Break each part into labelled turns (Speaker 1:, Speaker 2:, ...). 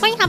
Speaker 1: 欢迎好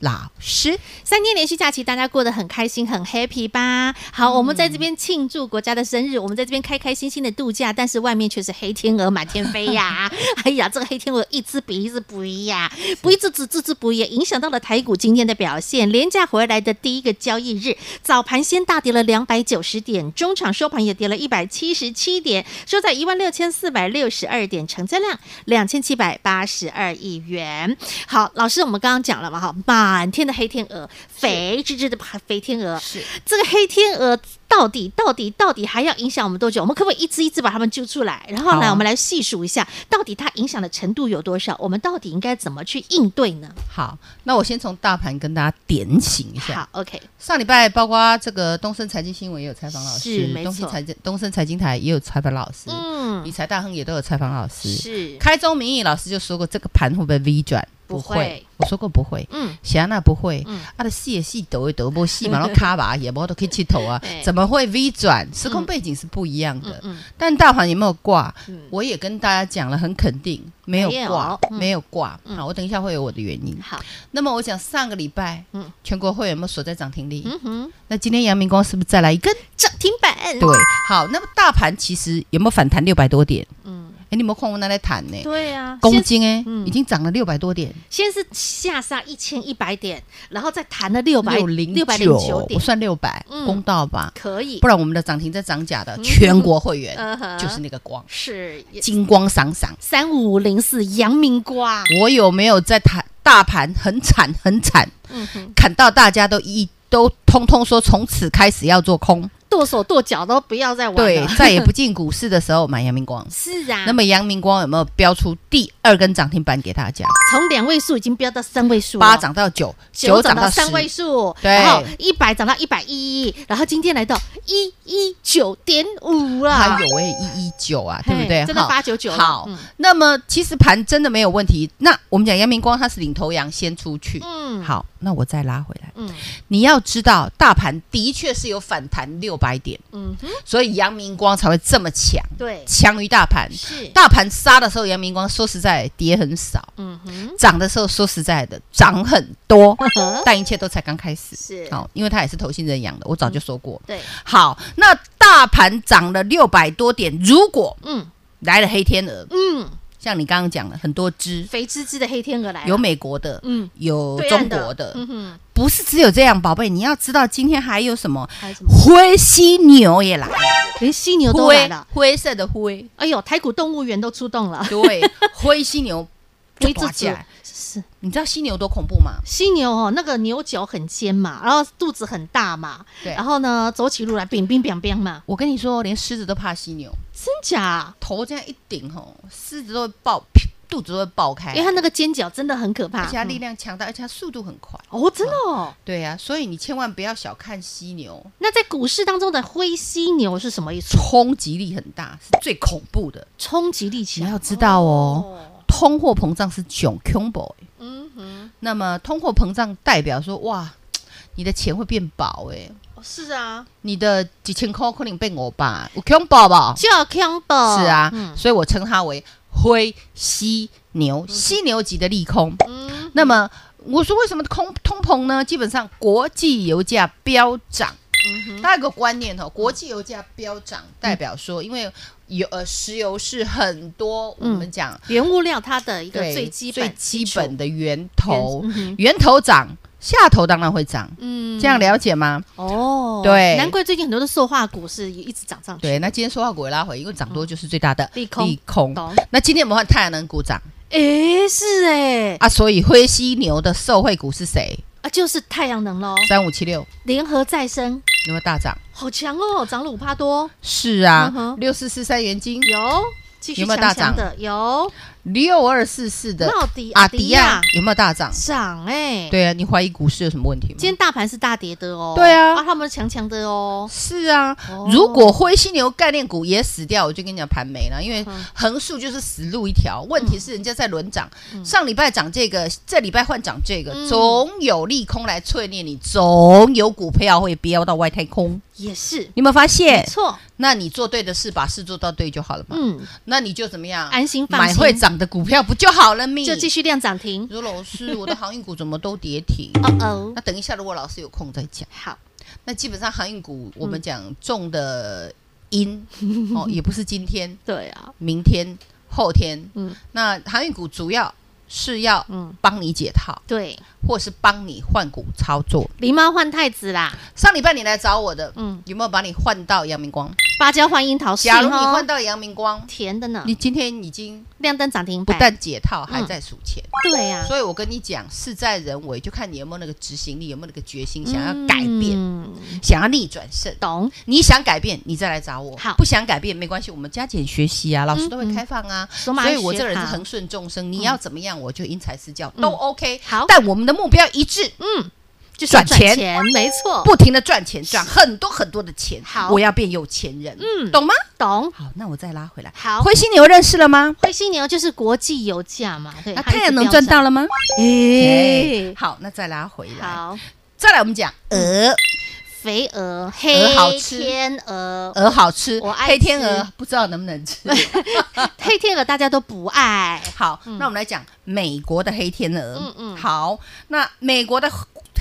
Speaker 2: 老师。
Speaker 1: 三天连续假期，大家过得很开心，很 happy 吧？好，我们在这边庆祝国家的生日，我们在这边开开心心的度假，但是外面却是黑天鹅满天飞呀！哎呀，这个黑天鹅一只比一只不一呀，不一只只只只不一，也影响到了台股今天的表现。廉价回来的第一个交易日，早盘先大跌了两百九十点，中场收盘也跌了一百七十七点，收在一万六千四百六十二点，成交量两千七百八十二亿元。好，老师，我们刚刚讲了嘛，哈，满天的黑天鹅，肥滋滋的肥天鹅，
Speaker 2: 是
Speaker 1: 这个黑天鹅到底到底到底还要影响我们多久？我们可不可以一只一只把它们揪出来？然后
Speaker 2: 好
Speaker 1: 呢，
Speaker 2: 啊
Speaker 1: 我们来细数一下，到底它影响的程度有多少？我们到底应该怎么去应对呢？
Speaker 2: 好，那我先从大盘跟大家点醒一下。
Speaker 1: 好，OK，
Speaker 2: 上礼拜包括这个东森财经新闻也有采访老
Speaker 1: 是
Speaker 2: 师
Speaker 1: 没，
Speaker 2: 东森
Speaker 1: 错
Speaker 2: 财经东森财经台也有采访老师，理
Speaker 1: 嗯，
Speaker 2: 财大亨也都有采访老师。
Speaker 1: 是，
Speaker 2: 开宗明义，老师就说过这个盘会不会 V 转？
Speaker 1: 不会
Speaker 2: 我说过不会。
Speaker 1: 嗯，
Speaker 2: 霞那不会
Speaker 1: 嗯，
Speaker 2: 他的戏也戏抖一抖，波戏嘛，然后卡吧也波都可以起头啊
Speaker 1: 对，
Speaker 2: 怎么会 V 转？时空背景是不一样的。
Speaker 1: 嗯
Speaker 2: 但大盘有没有挂
Speaker 1: 嗯？
Speaker 2: 我也跟大家讲了，很肯定没有
Speaker 1: 没
Speaker 2: 挂
Speaker 1: 有，嗯
Speaker 2: 没有挂。好，我等一下会有我的原因
Speaker 1: 嗯，。好，
Speaker 2: 那么我讲上个礼拜
Speaker 1: 嗯，
Speaker 2: 全国会有没有锁在涨停里？
Speaker 1: 嗯哼，
Speaker 2: 那今天阳明光是不是再来一根？
Speaker 1: 涨停板，
Speaker 2: 对，好，那么大盘其实有没有反弹六百多点？
Speaker 1: 嗯，
Speaker 2: 哎，你有没有空我拿来谈呢？
Speaker 1: 对啊，
Speaker 2: 公
Speaker 1: 先
Speaker 2: 斤哎
Speaker 1: 嗯，
Speaker 2: 已经涨了六百多点，
Speaker 1: 先是下杀一千一百点，然后再弹了六百
Speaker 2: 六零
Speaker 1: 六百零九
Speaker 2: 我
Speaker 1: 点，
Speaker 2: 算六百
Speaker 1: 嗯，
Speaker 2: 公道吧？
Speaker 1: 可以
Speaker 2: 不，然我们的涨停在涨假的
Speaker 1: 嗯，
Speaker 2: 全国会员
Speaker 1: 嗯哼
Speaker 2: 就是那个光，
Speaker 1: 是
Speaker 2: 金光闪闪。
Speaker 1: 三五零四阳明瓜，
Speaker 2: 我有没有在谈大盘很惨很惨，
Speaker 1: 嗯哼，
Speaker 2: 砍到大家都一都通通说从此开始要做空，
Speaker 1: 剁手剁脚都不要再玩
Speaker 2: 对
Speaker 1: 了，，。
Speaker 2: 再也不进股市的时候买阳明光
Speaker 1: 是啊，
Speaker 2: 那么阳明光有没有标出第二根涨停板给大家？
Speaker 1: 从两位数已经飙到三位数了，
Speaker 2: 八涨到九，
Speaker 1: 啊九
Speaker 2: 九
Speaker 1: 涨
Speaker 2: 涨
Speaker 1: 到
Speaker 2: 到十
Speaker 1: 三，位数，
Speaker 2: 对
Speaker 1: 然后一百涨到一百一，然后今天来到一一九点五了，
Speaker 2: 还有哎一一九啊，对不对？
Speaker 1: 啊嘿真的
Speaker 2: 好
Speaker 1: 八九九了
Speaker 2: 好
Speaker 1: 嗯，
Speaker 2: 那么其实盘真的没有问题。那我们讲阳明光，它是领头羊先出去。
Speaker 1: 嗯，
Speaker 2: 好，那我再拉回来。
Speaker 1: 嗯
Speaker 2: 你要知道，大盘的确是有反弹六百点，
Speaker 1: 嗯哼，
Speaker 2: 所以阳明光才会这么强，
Speaker 1: 对，
Speaker 2: 强于大盘。
Speaker 1: 是，
Speaker 2: 大盘杀的时候，阳明光说实在跌很少；
Speaker 1: 嗯哼，，
Speaker 2: 涨的时候，说实在的涨很多
Speaker 1: 呵
Speaker 2: 但一切都才刚开始。
Speaker 1: 是，
Speaker 2: 嗯好、因为它也是投信人养的，我早就说过。
Speaker 1: 对，
Speaker 2: 好，那大盘涨了六百多点，如果
Speaker 1: 嗯
Speaker 2: 来了黑天鹅，
Speaker 1: 嗯，
Speaker 2: 像你刚刚讲的，很多只
Speaker 1: 肥滋滋的黑天鹅来了，
Speaker 2: 有美国的，
Speaker 1: 哎嗯
Speaker 2: 有
Speaker 1: 对岸
Speaker 2: 中
Speaker 1: 的
Speaker 2: 国的，
Speaker 1: 嗯哼，
Speaker 2: 不是只有这样，宝贝，你要知道今天还有什么
Speaker 1: 还有什么，
Speaker 2: 灰犀牛也来了，
Speaker 1: 连犀牛都来了，
Speaker 2: 灰色的灰，
Speaker 1: 哎呦，台股动物园都出动了，
Speaker 2: 对，灰犀牛就
Speaker 1: 灰
Speaker 2: 打
Speaker 1: 子
Speaker 2: 起来。
Speaker 1: 是
Speaker 2: 你知道犀牛多恐怖吗？
Speaker 1: 犀牛哦，那个牛角很尖嘛，然后肚子很大嘛，
Speaker 2: 对
Speaker 1: 然后呢，走起路来冰冰冰冰嘛，
Speaker 2: 我跟你说，连狮子都怕犀牛，
Speaker 1: 真假？
Speaker 2: 头这样一顶吼，狮子都会爆，噗肚子都会爆开
Speaker 1: 因为，它那个尖角真的很可怕，
Speaker 2: 哎而且它力
Speaker 1: 嗯
Speaker 2: 量强大，而且它速度很快。
Speaker 1: 哦，真的哦。
Speaker 2: 对呀、所以你千万不要小看犀牛，
Speaker 1: 那在股市当中的灰犀牛是什么意思？
Speaker 2: 冲击力很大，是最恐怖的。
Speaker 1: 冲击力
Speaker 2: 你
Speaker 1: 强
Speaker 2: 要知道哦，
Speaker 1: 哦，
Speaker 2: 通货膨胀是囧 c boy。
Speaker 1: 嗯哼，
Speaker 2: 那么通货膨胀代表说，哇，你的钱会变薄哎、
Speaker 1: 哦是啊，
Speaker 2: 你的几千块可能被我吧，有 c 宝宝
Speaker 1: 就要 c o
Speaker 2: 是啊，
Speaker 1: 嗯
Speaker 2: 所以我称它为灰犀牛，犀牛级的利空。
Speaker 1: 嗯，
Speaker 2: 那么我说为什么空通膨呢？基本上国际油价飙涨。
Speaker 1: 嗯
Speaker 2: 大家有个观念哦，国际油价飙涨代表说，因为油呃石油是很多我
Speaker 1: 嗯
Speaker 2: 们讲
Speaker 1: 原物料它的一个
Speaker 2: 对
Speaker 1: 最基本
Speaker 2: 最基
Speaker 1: 基础
Speaker 2: 本的源头，
Speaker 1: 嗯哼
Speaker 2: 源头涨，下头当然会涨，
Speaker 1: 嗯
Speaker 2: 这样了解吗？
Speaker 1: 哦，
Speaker 2: 对
Speaker 1: 难怪最近很多的塑化股是一直涨上去，
Speaker 2: 对，那今天说话股也拉回，因为涨多就是最大的
Speaker 1: 利空懂？
Speaker 2: 那今天我们换太阳能股涨
Speaker 1: 诶，是诶，
Speaker 2: 啊，所以灰犀牛的受惠股是谁？
Speaker 1: 啊，就是太阳能喽，
Speaker 2: 三五七六
Speaker 1: 联合再生
Speaker 2: 有没有大涨？
Speaker 1: 好强哦，涨了五帕多，
Speaker 2: 是
Speaker 1: 嗯，
Speaker 2: 啊
Speaker 1: 哼
Speaker 2: 六四四三元金，
Speaker 1: 有继续
Speaker 2: 有没有
Speaker 1: 强
Speaker 2: 大
Speaker 1: 强的，有
Speaker 2: 六二四四的
Speaker 1: 茂迪
Speaker 2: 阿
Speaker 1: 阿迪
Speaker 2: 迪
Speaker 1: 亚
Speaker 2: 亚有没有大涨？
Speaker 1: 涨哎、
Speaker 2: 对啊，你怀疑股市有什么问题吗
Speaker 1: 今？天大盘是大跌的哦，
Speaker 2: 对啊
Speaker 1: 啊他们强强的哦，
Speaker 2: 是啊
Speaker 1: 哦，
Speaker 2: 如果灰犀牛概念股也死掉，我就跟你讲盘没了，因为
Speaker 1: 嗯
Speaker 2: 横竖就是死路一条。问题是人家在轮涨，上礼拜涨这个，这礼拜换涨这个，
Speaker 1: 嗯
Speaker 2: 总有利空来淬炼你，总有股票会飙到外太空。
Speaker 1: 也是
Speaker 2: 你有没有发
Speaker 1: 没
Speaker 2: 现？
Speaker 1: 错，
Speaker 2: 那你做对的事，把事做到对就好了嘛。
Speaker 1: 嗯，
Speaker 2: 那你就怎么样？
Speaker 1: 安心放
Speaker 2: 啊买
Speaker 1: 心，
Speaker 2: 会涨的股票不就好了咪？
Speaker 1: 就继续量涨停，
Speaker 2: 如老师，我的航运股怎么都跌停？
Speaker 1: 哦哦，
Speaker 2: 那等一下，如果老师有空再讲。
Speaker 1: 好，
Speaker 2: 那基本上航运股，我们讲重的 阴、哦，也不是今天、
Speaker 1: 对啊，
Speaker 2: 明天、后天。
Speaker 1: 嗯
Speaker 2: 那航运股主要是要
Speaker 1: 嗯，
Speaker 2: 帮你解套，
Speaker 1: 对，
Speaker 2: 或是帮你换股操作。
Speaker 1: 狸猫换太子啦，
Speaker 2: 上礼拜你来找我的，
Speaker 1: 嗯，
Speaker 2: 有没有把你换到阳明光？
Speaker 1: 芭蕉换樱桃，是
Speaker 2: 假如你
Speaker 1: 哦啊
Speaker 2: 换到阳明光，
Speaker 1: 甜的呢，
Speaker 2: 你今天已经
Speaker 1: 亮灯涨停
Speaker 2: 不
Speaker 1: 板，
Speaker 2: 但解套，
Speaker 1: 嗯
Speaker 2: 还在数钱。
Speaker 1: 对啊呀、
Speaker 2: 所以我跟你讲，事在人为，就看你有没有那个执行力，有没有那个决心，想要改变，
Speaker 1: 嗯
Speaker 2: 想要逆转胜。
Speaker 1: 懂，
Speaker 2: 你想改变，你再来找我。
Speaker 1: 好嗯
Speaker 2: 不想改变没关系，我们加减学习啊，老师都会开放啊。
Speaker 1: 所
Speaker 2: 所以我这个人是恒顺众生，你要怎么样我就因材施教，
Speaker 1: 嗯
Speaker 2: 都 OK。
Speaker 1: 好
Speaker 2: 但我们的目标一致，
Speaker 1: 就是
Speaker 2: 赚钱
Speaker 1: 钱，没错，
Speaker 2: 不停的赚钱，赚很多很多的钱。
Speaker 1: 好
Speaker 2: 我要变有钱人，
Speaker 1: 嗯
Speaker 2: 懂吗？
Speaker 1: 懂。
Speaker 2: 好，那我再拉回来。
Speaker 1: 好，
Speaker 2: 灰犀牛认识了吗？
Speaker 1: 灰犀牛就是国际油价嘛，对，
Speaker 2: 那
Speaker 1: 它一直
Speaker 2: 啊太阳能
Speaker 1: 飙
Speaker 2: 赚
Speaker 1: 涨，
Speaker 2: 到了吗？
Speaker 1: 诶
Speaker 2: 哎，好，那再拉回来。
Speaker 1: 好，
Speaker 2: 再来，我们讲
Speaker 1: 嗯
Speaker 2: 鹅，
Speaker 1: 肥鹅、呃
Speaker 2: 鹅好
Speaker 1: 黑
Speaker 2: 吃
Speaker 1: 天鹅、
Speaker 2: 鹅好吃
Speaker 1: 我，爱
Speaker 2: 黑天
Speaker 1: 吃
Speaker 2: 鹅不知道能不能 吃。
Speaker 1: 黑天鹅，大家都不爱。
Speaker 2: 好，那我们来讲美国的黑天鹅。
Speaker 1: 嗯嗯
Speaker 2: 好，那美国的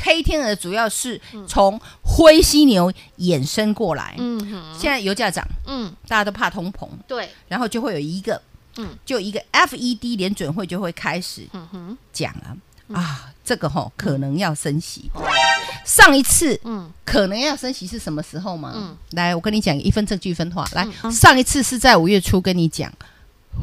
Speaker 2: 黑天鹅主要是从灰犀牛衍生过来。
Speaker 1: 嗯哼，
Speaker 2: 现在油价涨，
Speaker 1: 嗯，
Speaker 2: 大家都怕通膨，
Speaker 1: 对，
Speaker 2: 然后就会有一个，
Speaker 1: 嗯
Speaker 2: 就一个 FED 联准会就会开始
Speaker 1: 嗯哼，
Speaker 2: 讲啊、
Speaker 1: 嗯
Speaker 2: 啊，这个吼、可能要升息。
Speaker 1: 哦
Speaker 2: 上一次
Speaker 1: 嗯，
Speaker 2: 可能要升息是什么时候吗？
Speaker 1: 嗯
Speaker 2: 来，我跟你讲一分证据一分话。来，
Speaker 1: 嗯
Speaker 2: 上一次是在五月初跟你讲。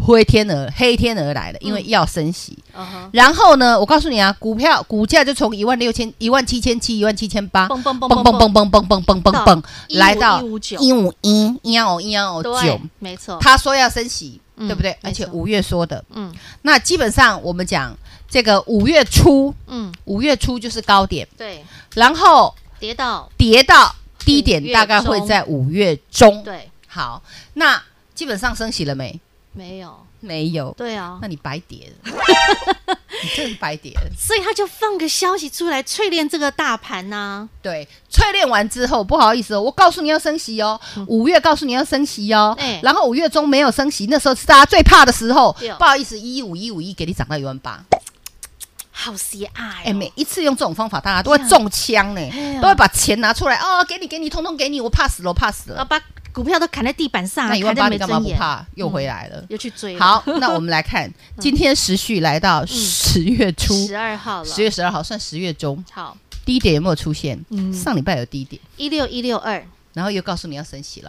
Speaker 2: 灰天鹅、黑天鹅来了，因为要升息。
Speaker 1: 嗯哼，
Speaker 2: 然后呢，我告诉你啊，股票股价就从一万六千、一万七千七、一万七千八，
Speaker 1: 蹦蹦蹦
Speaker 2: 蹦蹦蹦蹦蹦蹦蹦蹦蹦，来到
Speaker 1: 一五九，
Speaker 2: 一五一一五一五九
Speaker 1: 对。，没错，
Speaker 2: 他说要升息，
Speaker 1: 嗯
Speaker 2: 对不对？
Speaker 1: 没
Speaker 2: 而
Speaker 1: 错
Speaker 2: 且五月说的，
Speaker 1: 嗯
Speaker 2: 那基本上我们讲这个五月初，
Speaker 1: 嗯，
Speaker 2: 五月初就是高点，
Speaker 1: 对，
Speaker 2: 然后
Speaker 1: 跌到
Speaker 2: 跌到低
Speaker 1: 五
Speaker 2: 点，
Speaker 1: 月
Speaker 2: 大概会
Speaker 1: 中
Speaker 2: 在五月中。
Speaker 1: 对，
Speaker 2: 好，那基本上升息了没？
Speaker 1: 没有，
Speaker 2: 没有，
Speaker 1: 对啊，
Speaker 2: 那你白跌了， 你真的白跌了。
Speaker 1: 所以他就放个消息出来淬炼这个大盘呐、
Speaker 2: 对，淬炼完之后，不好意思哦，我告诉你要升息哦，
Speaker 1: 嗯
Speaker 2: 五月告诉你要升息哦，
Speaker 1: 哎
Speaker 2: 然后五月中没有升息，那时候是大家最怕的时候
Speaker 1: 对哦，
Speaker 2: 不好意思，一五一五一给你涨到一万八，
Speaker 1: 好喜爱、哦，
Speaker 2: 哎，每一次用这种方法，大家都会中枪呢
Speaker 1: 哎呀，
Speaker 2: 都会把钱拿出来哦，给你给你，通通给你，我怕死了，我怕死
Speaker 1: 啊，
Speaker 2: 了，
Speaker 1: 把股票都砍在地板上，
Speaker 2: 那一万
Speaker 1: 砍
Speaker 2: 八
Speaker 1: 啊在没
Speaker 2: 你
Speaker 1: 嗯
Speaker 2: 干嘛
Speaker 1: 尊
Speaker 2: 不
Speaker 1: 严，
Speaker 2: 怕？又回来了。
Speaker 1: 又去追了，
Speaker 2: 好，那我们来 看，今天时序来到十月初，
Speaker 1: 嗯十二号了，
Speaker 2: 十月十二号算十月中，
Speaker 1: 好
Speaker 2: 低点有没有出现？
Speaker 1: 嗯
Speaker 2: 上礼拜有低点，
Speaker 1: 一六一六二，
Speaker 2: 然后又告诉你要升息 了，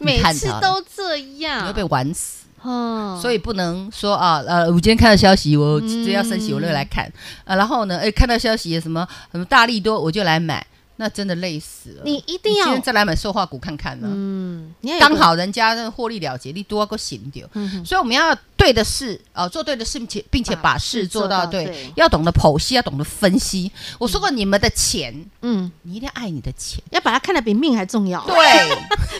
Speaker 1: 每
Speaker 2: 看
Speaker 1: 次
Speaker 2: 到了
Speaker 1: 都这
Speaker 2: 你会
Speaker 1: 样
Speaker 2: 被，玩死。
Speaker 1: 嗯
Speaker 2: 所以不能说啊，呃，我今天看到消息，我
Speaker 1: 嗯
Speaker 2: 就要升息，我就来看啊。然后呢，哎，看到消息什么什么大力多，我就来买，那真的累死了。
Speaker 1: 你一定
Speaker 2: 今
Speaker 1: 要
Speaker 2: 天再来买塑化股看看呢，
Speaker 1: 嗯，你要有
Speaker 2: 刚
Speaker 1: 个，
Speaker 2: 好人家那获利了结，你多个行掉。
Speaker 1: 嗯哼
Speaker 2: 所以我们要对的事，呃，做对的事情，并且
Speaker 1: 把
Speaker 2: 把事
Speaker 1: 事
Speaker 2: 做
Speaker 1: 做到
Speaker 2: 到对
Speaker 1: 对，
Speaker 2: 要懂得剖析，要懂得分析。我说过，你们的钱，
Speaker 1: 嗯，
Speaker 2: 你一定要爱你的钱，
Speaker 1: 要把它看得比命还重要，
Speaker 2: 对，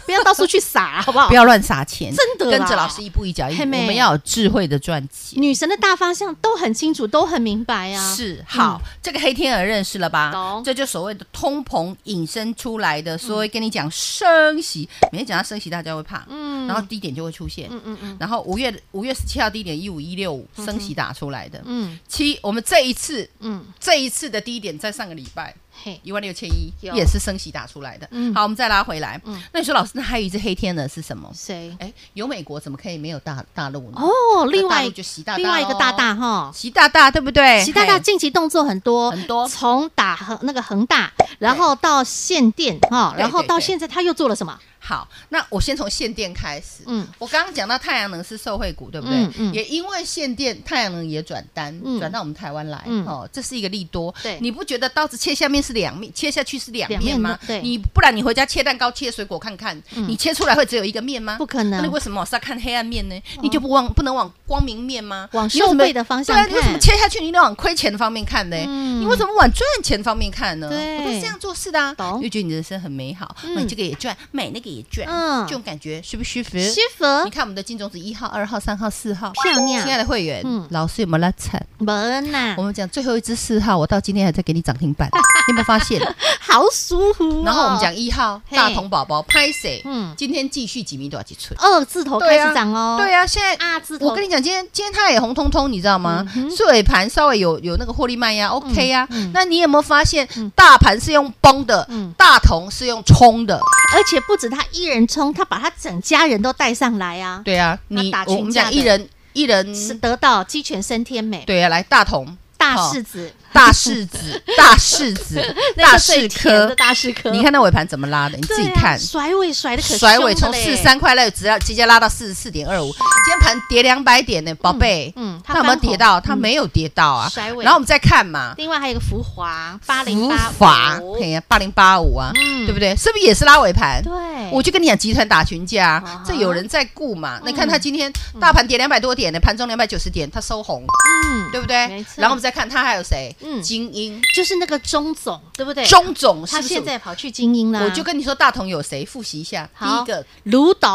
Speaker 1: 不要到处去撒，好不好
Speaker 2: 不？要乱撒钱，
Speaker 1: 真的啦
Speaker 2: 跟着老师一步一脚印，
Speaker 1: 嘿
Speaker 2: 我
Speaker 1: 妹
Speaker 2: 们要有智慧的赚钱。
Speaker 1: 女神的大方向都很清楚，都很明白呀、啊。
Speaker 2: 是好，这个黑天鹅认识了吧
Speaker 1: 懂？
Speaker 2: 这就所谓的通膨引申出来的，所以跟你讲升息，每天讲到升息，大家会怕，
Speaker 1: 嗯
Speaker 2: 然后低点就会出现，
Speaker 1: 嗯嗯嗯
Speaker 2: 然后五月五月十七号低点一五一六五升息打出来的，
Speaker 1: 嗯
Speaker 2: 七我们这一次
Speaker 1: 嗯，
Speaker 2: 这一次的低点在上个礼拜
Speaker 1: 嘿，
Speaker 2: 一万六千一
Speaker 1: 有
Speaker 2: 也是升息打出来的，
Speaker 1: 嗯
Speaker 2: 好，我们再拉回来，那你说老师，那还有一只黑天鹅是什么？
Speaker 1: 谁？
Speaker 2: 哎，有美国怎么可以没有大大陆呢？
Speaker 1: 嗯哦，
Speaker 2: 那
Speaker 1: 另
Speaker 2: 大
Speaker 1: 外
Speaker 2: 陆就习大大
Speaker 1: 另外一个大
Speaker 2: 咯
Speaker 1: 大哈，
Speaker 2: 习大大对不对？
Speaker 1: 习大大
Speaker 2: 嘿
Speaker 1: 近期动作很多，
Speaker 2: 很多
Speaker 1: 从打恒那个恒大，然后到限电哈，
Speaker 2: 对
Speaker 1: 然后
Speaker 2: 对
Speaker 1: 到
Speaker 2: 对
Speaker 1: 现在他又做了什么？
Speaker 2: 好，那我先从限电开始。
Speaker 1: 嗯
Speaker 2: 我刚刚讲到太阳能是受惠股，对不对？
Speaker 1: 嗯嗯
Speaker 2: 也因为限电，太阳能也转单，
Speaker 1: 嗯
Speaker 2: 转到我们台湾来。
Speaker 1: 嗯
Speaker 2: 哦，这是一个利多。
Speaker 1: 对
Speaker 2: 你不觉得刀子切下面是两面，切下去是两
Speaker 1: 两面
Speaker 2: 面吗
Speaker 1: 的？对嗯
Speaker 2: 你不然你回家切蛋糕、切水果看看，你切出来会只有一个面吗？
Speaker 1: 不可
Speaker 2: 那
Speaker 1: 能哦
Speaker 2: 你为什么往上看黑暗面呢？你就不往不能往光明面吗？
Speaker 1: 往
Speaker 2: 你为什么
Speaker 1: 受惠的方向
Speaker 2: 对啊，你为什么
Speaker 1: 看
Speaker 2: 切下去你得往亏钱的方面看呢？
Speaker 1: 嗯
Speaker 2: 你为什么往赚钱方面看呢？
Speaker 1: 对
Speaker 2: 我都是这样做事的啊，
Speaker 1: 懂
Speaker 2: 你就觉得你人生很美好，
Speaker 1: 嗯
Speaker 2: 买这个也赚，买那个也赚，
Speaker 1: 嗯
Speaker 2: 这种感觉舒不舒服？
Speaker 1: 师傅
Speaker 2: 你看我们的金种子一号、二号、三号、四号，
Speaker 1: 啊漂亮
Speaker 2: 亲爱的会员，
Speaker 1: 嗯啊
Speaker 2: 老师有没有拉惨？
Speaker 1: 门呐
Speaker 2: 我，们讲最后一只四号，我到今天还在给你涨停 板，你有没有发现？
Speaker 1: 好舒服哦。
Speaker 2: 然后我们讲一号
Speaker 1: 嘿
Speaker 2: 大同宝宝拍谁？
Speaker 1: 嗯
Speaker 2: 今天继续几米多少几寸？
Speaker 1: 二字头开
Speaker 2: 对啊
Speaker 1: 始涨哦，
Speaker 2: 对
Speaker 1: 啊，
Speaker 2: 啊，现在
Speaker 1: 啊嗯字头，
Speaker 2: 我跟你讲，今天今天它也红彤彤，你知道吗？水盘稍微有有那个获利卖
Speaker 1: 嗯
Speaker 2: 压，OK 啊。那你有没有发现，大盘是用崩的，
Speaker 1: 嗯
Speaker 2: 大同是用冲的？
Speaker 1: 而且不止他一人冲，他把他整家人都带上来啊，
Speaker 2: 对啊，
Speaker 1: 那
Speaker 2: 你
Speaker 1: 打群
Speaker 2: 我们
Speaker 1: 架
Speaker 2: 讲
Speaker 1: 的
Speaker 2: 一人一人，
Speaker 1: 是得到鸡犬升天美，
Speaker 2: 对哦啊，来大同
Speaker 1: 大
Speaker 2: 好
Speaker 1: 柿子，
Speaker 2: 大柿子大柿子
Speaker 1: 那
Speaker 2: 大
Speaker 1: 是最
Speaker 2: 柿
Speaker 1: 甜的
Speaker 2: 科，
Speaker 1: 大柿科，
Speaker 2: 你看那尾盘怎么拉的？你
Speaker 1: 对
Speaker 2: 自
Speaker 1: 啊
Speaker 2: 己看，
Speaker 1: 甩尾甩的可
Speaker 2: 甩尾
Speaker 1: 凶
Speaker 2: 从
Speaker 1: 的嘞
Speaker 2: 四十，三块六，直要直接拉到四十四点二五，今天盘跌两百点呢，宝贝。
Speaker 1: 嗯，
Speaker 2: 它有没有
Speaker 1: 翻红
Speaker 2: 跌到？它没有跌到啊。
Speaker 1: 甩尾
Speaker 2: 然后我们再看嘛，
Speaker 1: 另外还有一个浮华八零
Speaker 2: 福
Speaker 1: 八
Speaker 2: 法，哎呀，八零八五啊，
Speaker 1: 嗯
Speaker 2: 对不对？是不是也是拉尾盘？
Speaker 1: 对，
Speaker 2: 我就跟你讲，集团打群架
Speaker 1: 啊嗯
Speaker 2: 啊，这有人在顾嘛？你看它今天大盘跌两百多点呢，盘中两百九十点，它收红，
Speaker 1: 嗯，
Speaker 2: 对不对
Speaker 1: 没？错
Speaker 2: 然后我们再看它还有谁
Speaker 1: 嗯？
Speaker 2: 精英、
Speaker 1: 就是那个钟总，对不对？
Speaker 2: 钟总是
Speaker 1: 他
Speaker 2: 不是
Speaker 1: 现？在跑去精英啦，
Speaker 2: 我就跟你说，大同有谁？复习一下，第
Speaker 1: 好
Speaker 2: 一个
Speaker 1: 卢董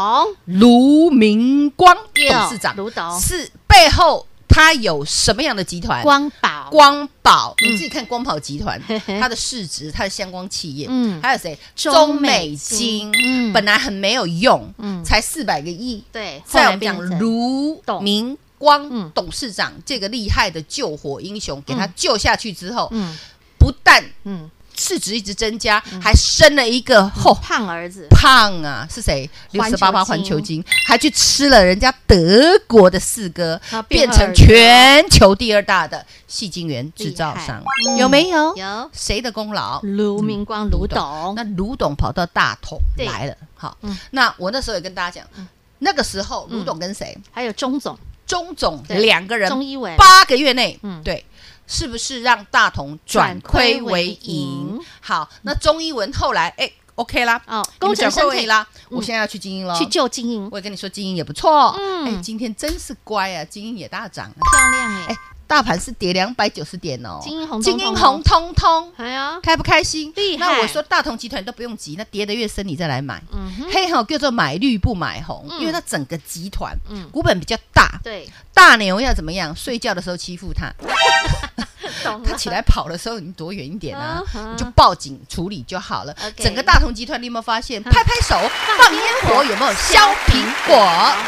Speaker 2: 卢明光
Speaker 1: 对哦
Speaker 2: 董事长，
Speaker 1: 卢董
Speaker 2: 是背后他有什么样的集团？
Speaker 1: 光宝，
Speaker 2: 光宝，
Speaker 1: 嗯
Speaker 2: 你自己看光宝集团
Speaker 1: 嘿嘿，
Speaker 2: 它的市值，它的相关企业，
Speaker 1: 嗯
Speaker 2: 还有谁？
Speaker 1: 中
Speaker 2: 中
Speaker 1: 美
Speaker 2: 美
Speaker 1: 金
Speaker 2: 金
Speaker 1: 嗯，
Speaker 2: 本来很没有用
Speaker 1: 嗯，
Speaker 2: 才四百个亿。
Speaker 1: 对，后
Speaker 2: 再我
Speaker 1: 来
Speaker 2: 们
Speaker 1: 变
Speaker 2: 讲
Speaker 1: 成
Speaker 2: 卢
Speaker 1: 董
Speaker 2: 明
Speaker 1: 嗯
Speaker 2: 光董事长这个厉害的救火英雄，给他救下去之后，
Speaker 1: 嗯
Speaker 2: 不但
Speaker 1: 嗯
Speaker 2: 市值一直增加，还生了一个吼。
Speaker 1: 胖儿子，
Speaker 2: 胖啊，是谁？六
Speaker 1: 环球
Speaker 2: 十八八
Speaker 1: 金
Speaker 2: 环球金还去吃了人家德国的四哥
Speaker 1: 然后，啊变
Speaker 2: 变
Speaker 1: 二
Speaker 2: 成全球第二大的细晶圆制造商
Speaker 1: 厉害嗯，
Speaker 2: 有没有？
Speaker 1: 有
Speaker 2: 谁的功劳？
Speaker 1: 卢明光卢董
Speaker 2: 那，哦嗯卢董跑到大同
Speaker 1: 对
Speaker 2: 来了，好
Speaker 1: 嗯，
Speaker 2: 那我那时候也跟大家讲，那个时候卢董跟谁？
Speaker 1: 还有钟总
Speaker 2: 钟总
Speaker 1: 嗯对
Speaker 2: 两个人
Speaker 1: 钟一伟
Speaker 2: 八个月内
Speaker 1: 嗯，
Speaker 2: 对，是不是让大同转亏为
Speaker 1: 转亏为盈
Speaker 2: 盈？好，那钟一文后来哎，OK 啦，
Speaker 1: 哦，
Speaker 2: 你
Speaker 1: 工
Speaker 2: 们
Speaker 1: 程
Speaker 2: 转亏
Speaker 1: 生
Speaker 2: 为盈啦，
Speaker 1: 嗯
Speaker 2: 我现在要去精英了，
Speaker 1: 去救精英，
Speaker 2: 我也跟你说，精英也不错，
Speaker 1: 嗯
Speaker 2: 哎，今天真是乖啊，精英也大涨啊，
Speaker 1: 漂亮哎
Speaker 2: 哎，，大盘是跌两百九十点哦，
Speaker 1: 精英红
Speaker 2: 精
Speaker 1: 彤彤
Speaker 2: 英
Speaker 1: 哦
Speaker 2: 红通通。
Speaker 1: 哎呀，
Speaker 2: 开不开心？
Speaker 1: 厉害
Speaker 2: 那我说大同集团都不用急，那跌得越深，你再来买。
Speaker 1: 嗯哼，
Speaker 2: 黑好叫做买绿不买红，
Speaker 1: 嗯
Speaker 2: 因为它整个集团
Speaker 1: 嗯
Speaker 2: 股本比较大，
Speaker 1: 对，
Speaker 2: 大牛要怎么样？睡觉的时候欺负它，
Speaker 1: 嗯懂了，
Speaker 2: 它起来跑的时候你躲远一点啊，
Speaker 1: 啊
Speaker 2: 你就报警处理就好了。
Speaker 1: OK 嗯
Speaker 2: 整个大同集团，你有没有发现？拍拍手，放烟火，有没有削苹果？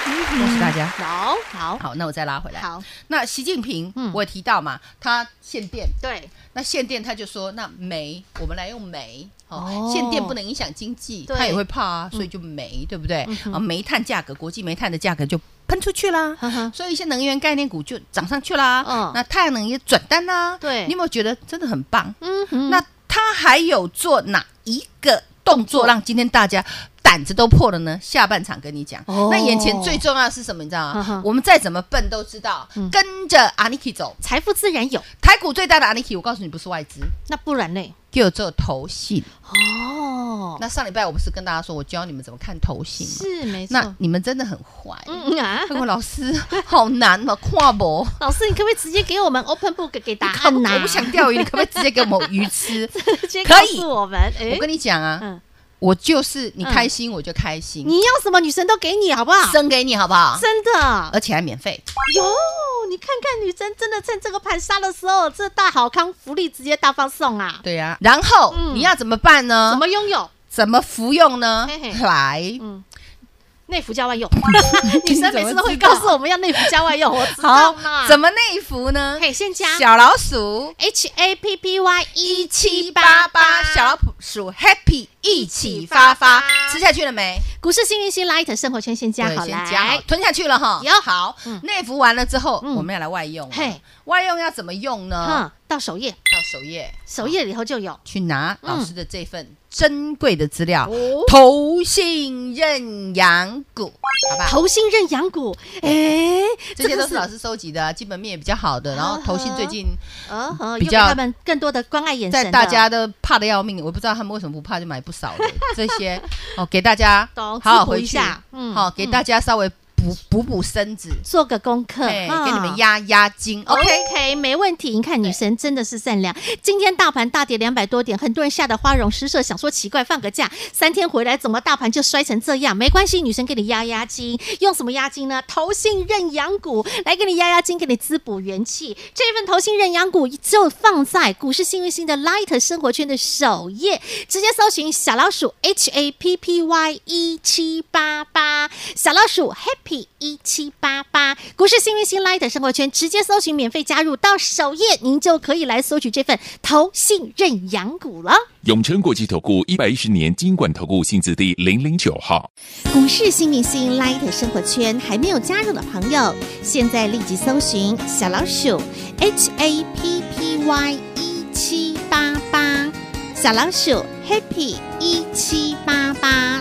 Speaker 1: 嗯
Speaker 2: 恭喜大家。
Speaker 1: 好好
Speaker 2: 好，那我再拉回来。
Speaker 1: 好，
Speaker 2: 那习近平
Speaker 1: 嗯，
Speaker 2: 我也提到嘛，他限电，
Speaker 1: 对
Speaker 2: 那限电他就说，那煤我们来用煤，哦
Speaker 1: 哦，
Speaker 2: 限电不能影响经济，
Speaker 1: 对
Speaker 2: 他也会怕啊，所以就煤，对不对
Speaker 1: 嗯？哼
Speaker 2: 啊，煤炭价格，国际煤炭的价格就喷出去啦，
Speaker 1: 呵呵
Speaker 2: 所以一些能源概念股就涨上去啦。
Speaker 1: 嗯
Speaker 2: 那太阳能也转单啦。
Speaker 1: 对
Speaker 2: 你有没有觉得真的很棒？
Speaker 1: 嗯哼
Speaker 2: 那他还有做哪一个动作让今天大家胆子都破了呢？下半场跟你讲。
Speaker 1: 哦
Speaker 2: 那眼前最重要的是什么？你知道
Speaker 1: 呵呵
Speaker 2: 吗？我们再怎么笨都知道，
Speaker 1: 嗯
Speaker 2: 跟着 Aniki 走。
Speaker 1: 财富自然有，
Speaker 2: 台股最大的 Aniki，我告诉你不是外资，
Speaker 1: 那不然呢？
Speaker 2: 就做投信。
Speaker 1: 哦，
Speaker 2: 那上礼拜我不是跟大家说，我教你们怎么看投信吗？
Speaker 1: 是没错
Speaker 2: 那，你们真的很坏。
Speaker 1: 嗯嗯啊
Speaker 2: 哎，我老师好难哦，看不。
Speaker 1: 老师，你可不可以直接给我们 open book 给答
Speaker 2: 看不
Speaker 1: 案呐？
Speaker 2: 我不想钓鱼，你可不可以直接给我们鱼吃？
Speaker 1: 啊 直接
Speaker 2: 可
Speaker 1: 告
Speaker 2: 以
Speaker 1: 诉我们，哎
Speaker 2: 我，跟你讲啊，
Speaker 1: 嗯，
Speaker 2: 我就是你开心我就开心，
Speaker 1: 你要什么女神都给你，好不好？
Speaker 2: 生啊给你好不好？
Speaker 1: 真的
Speaker 2: 而且还免费。
Speaker 1: 哟，你看看女生真的趁这个盘杀的时候，这大好康福利直接大放送啊！
Speaker 2: 对呀、然后、
Speaker 1: 嗯
Speaker 2: 你要怎么办呢？
Speaker 1: 怎么拥有
Speaker 2: 怎么服用呢？
Speaker 1: 嘿嘿嗯
Speaker 2: 来，
Speaker 1: 内服加外 用？女
Speaker 2: 你
Speaker 1: 生
Speaker 2: 怎
Speaker 1: 每
Speaker 2: 么
Speaker 1: 次都会
Speaker 2: 知道
Speaker 1: 告诉我们要内服加外用，我知道
Speaker 2: 好
Speaker 1: 嘛？，
Speaker 2: 怎么内服呢？
Speaker 1: 嘿，先加
Speaker 2: 小老鼠
Speaker 1: H A P P Y 一七
Speaker 2: 八
Speaker 1: 八
Speaker 2: 八
Speaker 1: 八，
Speaker 2: 小老鼠 Happy 一起
Speaker 1: 一
Speaker 2: 发发
Speaker 1: 起发发，
Speaker 2: 吃下去了没？
Speaker 1: 股市幸运星 Light 生活圈先加
Speaker 2: 对
Speaker 1: 好
Speaker 2: 先加好
Speaker 1: 来，
Speaker 2: 吞下去了哈
Speaker 1: 有。
Speaker 2: 好
Speaker 1: 嗯，
Speaker 2: 内服完了之后，
Speaker 1: 嗯
Speaker 2: 我们要来外用了。
Speaker 1: 嘿
Speaker 2: 外用要怎么用呢？
Speaker 1: 嗯，到首页，
Speaker 2: 到首页
Speaker 1: 首页里头就有。
Speaker 2: 去拿
Speaker 1: 嗯
Speaker 2: 老师的这份珍贵的资料，
Speaker 1: 哦
Speaker 2: 投信认养股，好吧？
Speaker 1: 投信认养股，哎，
Speaker 2: 这些
Speaker 1: 个哦
Speaker 2: 都是老师收集的，基本面也比较好的。然后
Speaker 1: 呵
Speaker 2: 投信最
Speaker 1: 呵
Speaker 2: 近
Speaker 1: 呃呵，
Speaker 2: 比
Speaker 1: 又给
Speaker 2: 较
Speaker 1: 他们更多的关爱眼神
Speaker 2: 在
Speaker 1: 的，
Speaker 2: 大家都怕的要命，我不知道他们为什么不怕，就买 不少了。这些哦，给大家
Speaker 1: 懂
Speaker 2: 好好
Speaker 1: 滋补
Speaker 2: 回
Speaker 1: 一
Speaker 2: 去
Speaker 1: 下，嗯
Speaker 2: 好给大家稍微补补补身子，
Speaker 1: 做个功课，嗯
Speaker 2: 哎，
Speaker 1: 哈
Speaker 2: 给你们压压惊。OK，
Speaker 1: 哦 OK，没问题。你看，女神真的是善良。 今天大盘大跌两百多点，很多人吓得花容失色，想说奇怪，放个假三天回来，怎么大盘就摔成这样？没关系，女神给你压压惊，用什么压惊呢？投信认养股来给你压压惊，给你滋补元气。这份投信认养股就放在股市幸运星的 Light 生活圈的首页，直接搜寻小老鼠 H A P P Y 一七八八，小老鼠 Happy 一七八八，股市幸运星 Light 生活圈，直接搜寻免费加入到首页，您就可以来索取这份投信认养股了。
Speaker 3: 永诚国际投顾一百一十年金管投顾性质第零零九号。
Speaker 1: 股市新明星 Light 生活圈还没有加入的朋友，现在立即搜寻小老鼠 HAPPY 一 E 七八八，小老鼠 Happy 一七八八，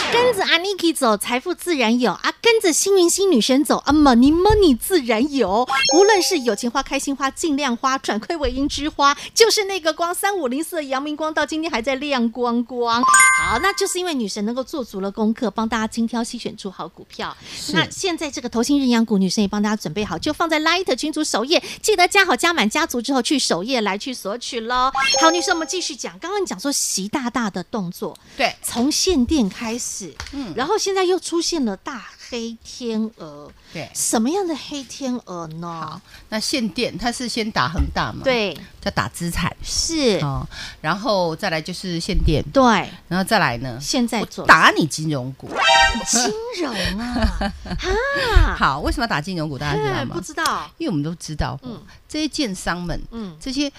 Speaker 1: 跟着阿 Niki 走，财富自然有啊；跟着幸运星女神走，啊 money money 自然有。无论是有钱花、开心花、尽量花、转亏为盈之花，就是那个光三五零四的阳明光，到今天还在亮光光。好，那就是因为女神能够做足了功课，帮大家精挑细选出好股票。那现在这个投信认养股，女神也帮大家准备好，就放在 Light 群组首页，记得加好加满加足之后去首页来去索取喽。好，女神我们继续讲，刚刚你讲说习大大的动作，
Speaker 2: 对，
Speaker 1: 从限电开始，
Speaker 2: 嗯
Speaker 1: 然后现在又出现了大黑天鹅，
Speaker 2: 对
Speaker 1: 什么样的黑天鹅呢？
Speaker 2: 那限电它是先打恒大嘛，，
Speaker 1: 对，
Speaker 2: 再打资产
Speaker 1: 是，
Speaker 2: 哦，然后再来就是限电，
Speaker 1: 对，
Speaker 2: 然后再来呢，
Speaker 1: 现在
Speaker 2: 我
Speaker 1: 做
Speaker 2: 打你金融股。
Speaker 1: 金融啊，啊，
Speaker 2: 好，为什么要打金融股？ 大家知道
Speaker 1: 哎不
Speaker 2: 吗？
Speaker 1: 知道，
Speaker 2: 因为我们都知道，
Speaker 1: 嗯
Speaker 2: 这些建商们，
Speaker 1: 嗯，
Speaker 2: 这些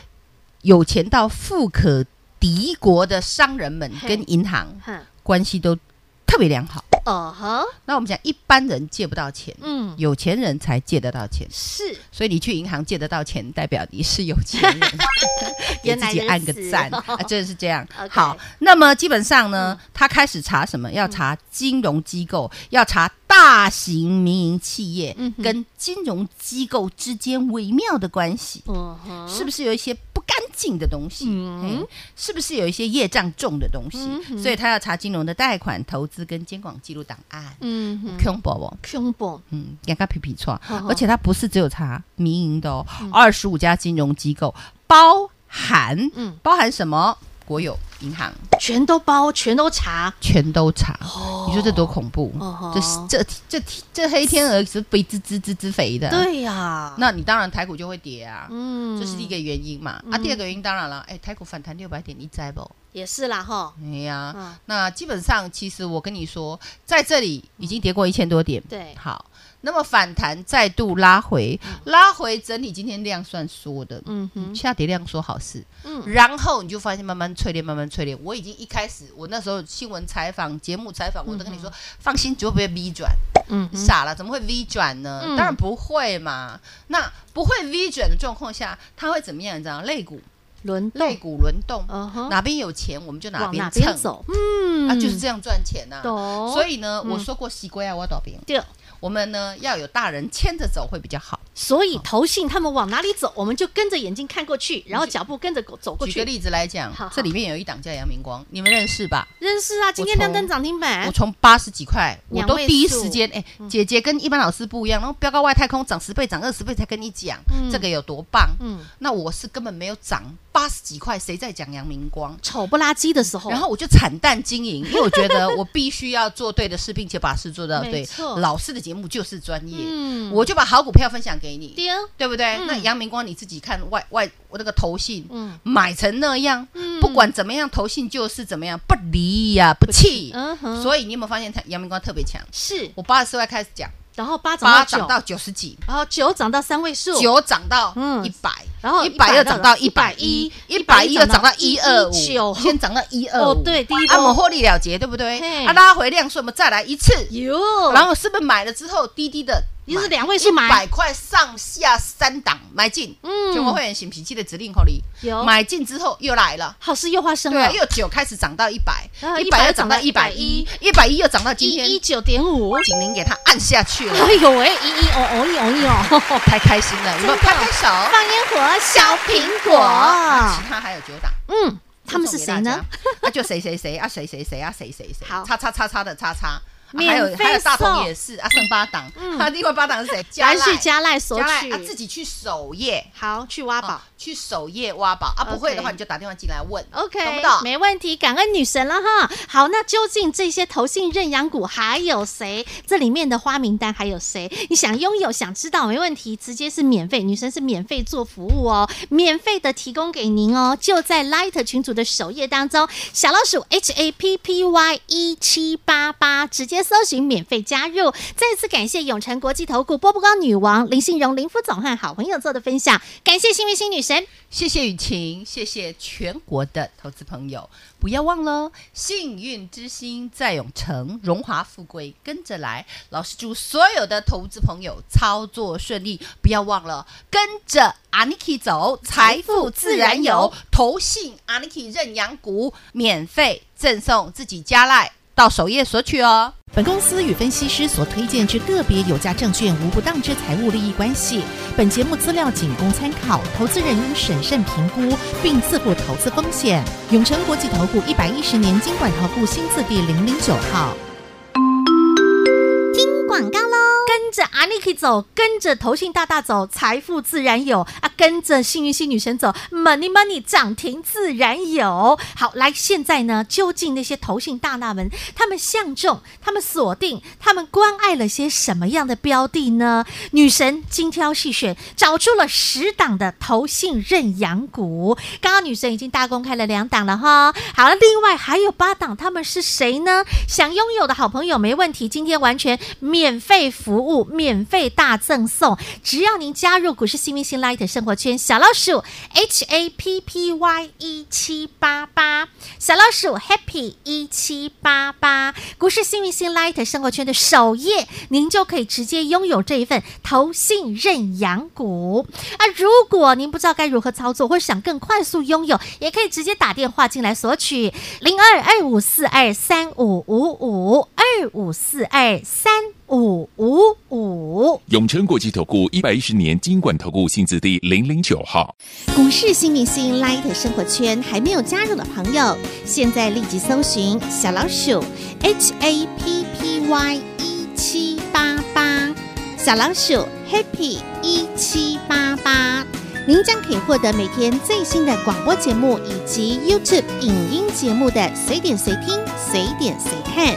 Speaker 2: 有钱到富可敌国的商人们
Speaker 1: 嘿
Speaker 2: 跟银行
Speaker 1: 哼，
Speaker 2: 关系都特别良好。
Speaker 1: 呃呵，
Speaker 2: 那我们讲一般人借不到钱，
Speaker 1: 嗯，
Speaker 2: 有钱人才借得到钱。
Speaker 1: 是，
Speaker 2: 所以你去银行借得到钱，代表你是有钱 人，给
Speaker 1: 原
Speaker 2: 自
Speaker 1: 来
Speaker 2: 己
Speaker 1: 如
Speaker 2: 按个
Speaker 1: 此
Speaker 2: 赞啊， 真的是这样
Speaker 1: OK。嗯
Speaker 2: 好，那么基本上呢，他开始查什么？要查金融机构，要查大型民营企业
Speaker 1: 嗯哼
Speaker 2: 跟金融机构之间微妙的关系，
Speaker 1: 嗯哼，
Speaker 2: 是不是有一些不干净的东西？
Speaker 1: 嗯
Speaker 2: 嘿是不是有一些业障重的东
Speaker 1: 嗯
Speaker 2: 西？
Speaker 1: 哼
Speaker 2: 所以他要查金融的贷款、投资跟监管记录档案。
Speaker 1: 嗯哼
Speaker 2: c o m b o
Speaker 1: c u m b o
Speaker 2: 嗯，给他皮皮错
Speaker 1: 呵呵，
Speaker 2: 而且他不是只有查民营的哦，二十五家金融机构包含，
Speaker 1: 嗯
Speaker 2: 包含什么？国有银行
Speaker 1: 全都包，全都查，
Speaker 2: 全都查，你说这多恐怖
Speaker 1: 哦吼？
Speaker 2: 嗯这是这这这这黑天鹅是肥滋滋滋滋肥的，，
Speaker 1: 对呀，
Speaker 2: 那你当然台股就会跌啊，
Speaker 1: 嗯
Speaker 2: 这是第一个原因嘛。啊，第二个原因当然了，哎，台股反弹六百点，你摘不？
Speaker 1: 也是啦哈，
Speaker 2: 哎呀
Speaker 1: 嗯，
Speaker 2: 那基本上其实我跟你说，在这里已经跌过一千多点，
Speaker 1: 对
Speaker 2: 好，那么反弹再度拉回，拉回整体今天量算缩的，
Speaker 1: 嗯
Speaker 2: 嗯，
Speaker 1: 哼，
Speaker 2: 下跌量缩好事，
Speaker 1: 嗯，
Speaker 2: 然后你就发现慢慢淬炼，慢慢淬炼。我已经一开始，我那时候新闻采访、节目采访，我都跟你说，放心，绝对不会 V 转，
Speaker 1: 嗯哼，
Speaker 2: 傻了，怎么会 V 转呢？
Speaker 1: 嗯
Speaker 2: 当然不会嘛。那不会 V 转的状况下，它会怎么样？你知道，肋骨、
Speaker 1: 轮
Speaker 2: 肋
Speaker 1: 动，
Speaker 2: 骨轮动，
Speaker 1: 嗯哼，
Speaker 2: 哪边有钱我们就哪
Speaker 1: 往
Speaker 2: 边
Speaker 1: 哪
Speaker 2: 蹭
Speaker 1: 边，走，嗯
Speaker 2: 啊，就是这样赚钱呐。
Speaker 1: 懂，
Speaker 2: 所以呢，我
Speaker 1: 嗯
Speaker 2: 说过西瓜啊，我倒边。
Speaker 1: 对，
Speaker 2: 我们呢要有大人牵着走会比较好。
Speaker 1: 所
Speaker 2: 啊
Speaker 1: 以投信他们往哪里走，我们就跟着眼睛看过去，然后脚步跟着走过
Speaker 2: 举个
Speaker 1: 去。
Speaker 2: 例子来讲
Speaker 1: 好好，
Speaker 2: 这里面有一档叫阳明光，你们认识吧？
Speaker 1: 认识啊，今天亮灯涨停
Speaker 2: 我
Speaker 1: 板，
Speaker 2: 从八十几块，我
Speaker 1: 啊两
Speaker 2: 都
Speaker 1: 位
Speaker 2: 第一
Speaker 1: 数嗯
Speaker 2: 时间，哎，姐姐跟一般老师不一样，然后飙到外太空涨十倍、涨二十倍才跟你讲
Speaker 1: 嗯，
Speaker 2: 这个有多棒。
Speaker 1: 嗯，
Speaker 2: 那我是根本没有涨八十几块，谁在讲阳明光？
Speaker 1: 丑不拉几的时候，
Speaker 2: 然后我就惨淡经营，因为我觉得我必须要做对的事，并且把事做 到
Speaker 1: 没
Speaker 2: 对
Speaker 1: 错。
Speaker 2: 老师的节目就是专业，
Speaker 1: 嗯
Speaker 2: 我就把好股票分享给你，
Speaker 1: 丢
Speaker 2: 对不对？
Speaker 1: 嗯
Speaker 2: 那杨明光你自己看外外我那个投信，
Speaker 1: 嗯
Speaker 2: 买成那样，
Speaker 1: 嗯
Speaker 2: 不管怎么样，投信就是怎么样，不离呀、不弃。
Speaker 1: 嗯哼，
Speaker 2: 所以你有没有发现他杨明光特别强？
Speaker 1: 是，
Speaker 2: 我八十四块开始讲，
Speaker 1: 然后八
Speaker 2: 八
Speaker 1: 涨
Speaker 2: 涨
Speaker 1: 到
Speaker 2: 到
Speaker 1: 九，
Speaker 2: 九十几，
Speaker 1: 然后九涨到三位数，
Speaker 2: 九涨到
Speaker 1: 嗯
Speaker 2: 一百、
Speaker 1: 然后
Speaker 2: 一百二涨到一百
Speaker 1: 110
Speaker 2: 一，一百一又涨到一二五，
Speaker 1: 129
Speaker 2: 先涨到一二
Speaker 1: 哦
Speaker 2: 五，
Speaker 1: 对第一
Speaker 2: 啊，我
Speaker 1: 波
Speaker 2: 们获利了结，对不对？
Speaker 1: 嘿
Speaker 2: 啊，拉回量是我们再来一次，
Speaker 1: 哟，
Speaker 2: 然后是不是买了之后低低的？
Speaker 1: 你是两位数买
Speaker 2: 百块上下三档买进，
Speaker 1: 嗯
Speaker 2: 全国会员行不记得指令口里
Speaker 1: 有
Speaker 2: 买进之后又来了，
Speaker 1: 好事又发生
Speaker 2: 对啊，
Speaker 1: 了，
Speaker 2: 又九开始涨到一百
Speaker 1: 然后，
Speaker 2: 一
Speaker 1: 100
Speaker 2: 百
Speaker 1: 又
Speaker 2: 又
Speaker 1: 涨
Speaker 2: 涨
Speaker 1: 到
Speaker 2: 到
Speaker 1: 110
Speaker 2: 一百一，一百一又涨到今
Speaker 1: 一
Speaker 2: 天
Speaker 1: 一，九点五，
Speaker 2: 警铃给它按下去了，
Speaker 1: 哎呦喂，一一哦哦一哦一哦，
Speaker 2: 太开心了，有没有
Speaker 1: 真的
Speaker 2: 拍拍手？
Speaker 1: 放烟火小苹果
Speaker 2: 那啊其，他还有九档。
Speaker 1: 嗯，他们是谁呢？
Speaker 2: 啊，就谁谁谁啊，谁谁谁啊，谁谁谁，
Speaker 1: 好
Speaker 2: 叉叉叉叉的叉叉，啊还
Speaker 1: 免
Speaker 2: 有
Speaker 1: 费
Speaker 2: 还有大
Speaker 1: 送嗯
Speaker 2: 同也是啊，剩八档，啊，另外八档是谁？
Speaker 1: 来去
Speaker 2: 赖
Speaker 1: 加赖索
Speaker 2: 加赖啊，
Speaker 1: 取
Speaker 2: 自，己去首页。
Speaker 1: 好去挖宝
Speaker 2: 啊。去首页挖宝啊！不会的
Speaker 1: OK
Speaker 2: 话，你就打电话进来问
Speaker 1: OK，
Speaker 2: 懂不懂？
Speaker 1: 没问题，感恩女神了哈。好，那究竟这些投信认养股还有谁？这里面的花名单还有谁？你想拥有、想知道，没问题，直接是免费，女神是免费做服务哦，免费的提供给您哦，就在 Light 群组的首页当中，小老鼠 H A P P Y 一七八八，直接搜寻免费加入。再次感谢永诚国际投顾波波高女王林信荣林副总和好朋友做的分享，感谢幸运星女神。
Speaker 2: 谢谢雨晴，谢谢全国的投资朋友，不要忘了哦，幸运之星在永城，荣华富贵跟着来。老师祝所有的投资朋友操作顺利，不要忘了跟着 Aniki 走，财富自然有。投信 Aniki 认养股，免费赠送自己加赖到首页索取哦。
Speaker 4: 本公司与分析师所推荐之个别有价证券无不当之财务利益关系。本节目资料仅供参考，投资人应审慎评估并自负投资风险。永诚国际投顾一百一十年经管投顾新字第零零九号。
Speaker 1: 广告喽！跟着阿 n i k 走，跟着投信大大走，财富自然有啊！跟着幸运星女神走，Money Money 涨停自然有。好，来，现在呢，究竟那些投信大大们，他们相中，他们锁定，他们关爱了些什么样的标的呢？女神精挑细选，找出了十档的投信认养股。刚刚女神已经大公开了两档了哈。好了，另外还有八档，他们是谁呢？想拥有的好朋友没问题，今天完全免费服务，免费大赠送，只要您加入股市新明星 Light 生活圈小老鼠 H A P P Y 一七八八，小老鼠 Happy 一七八八，股市新明星 Light 生活圈的首页，您就可以直接拥有这一份投信认养股。啊，如果您不知道该如何操作，或想更快速拥有，也可以直接打电话进来索取零二二五四二三五五五二五四二三五五五。
Speaker 3: 永诚国际投顾一百一十年金管投顾性质第零零九号，
Speaker 5: 股市新明星 Light 生活圈还没有加入的朋友，现在立即搜寻小老鼠 HAPPY 一七八八，小老鼠 Happy 一七八八，您将可以获得每天最新的广播节目以及 YouTube 影音节目的随点随听、随点随看。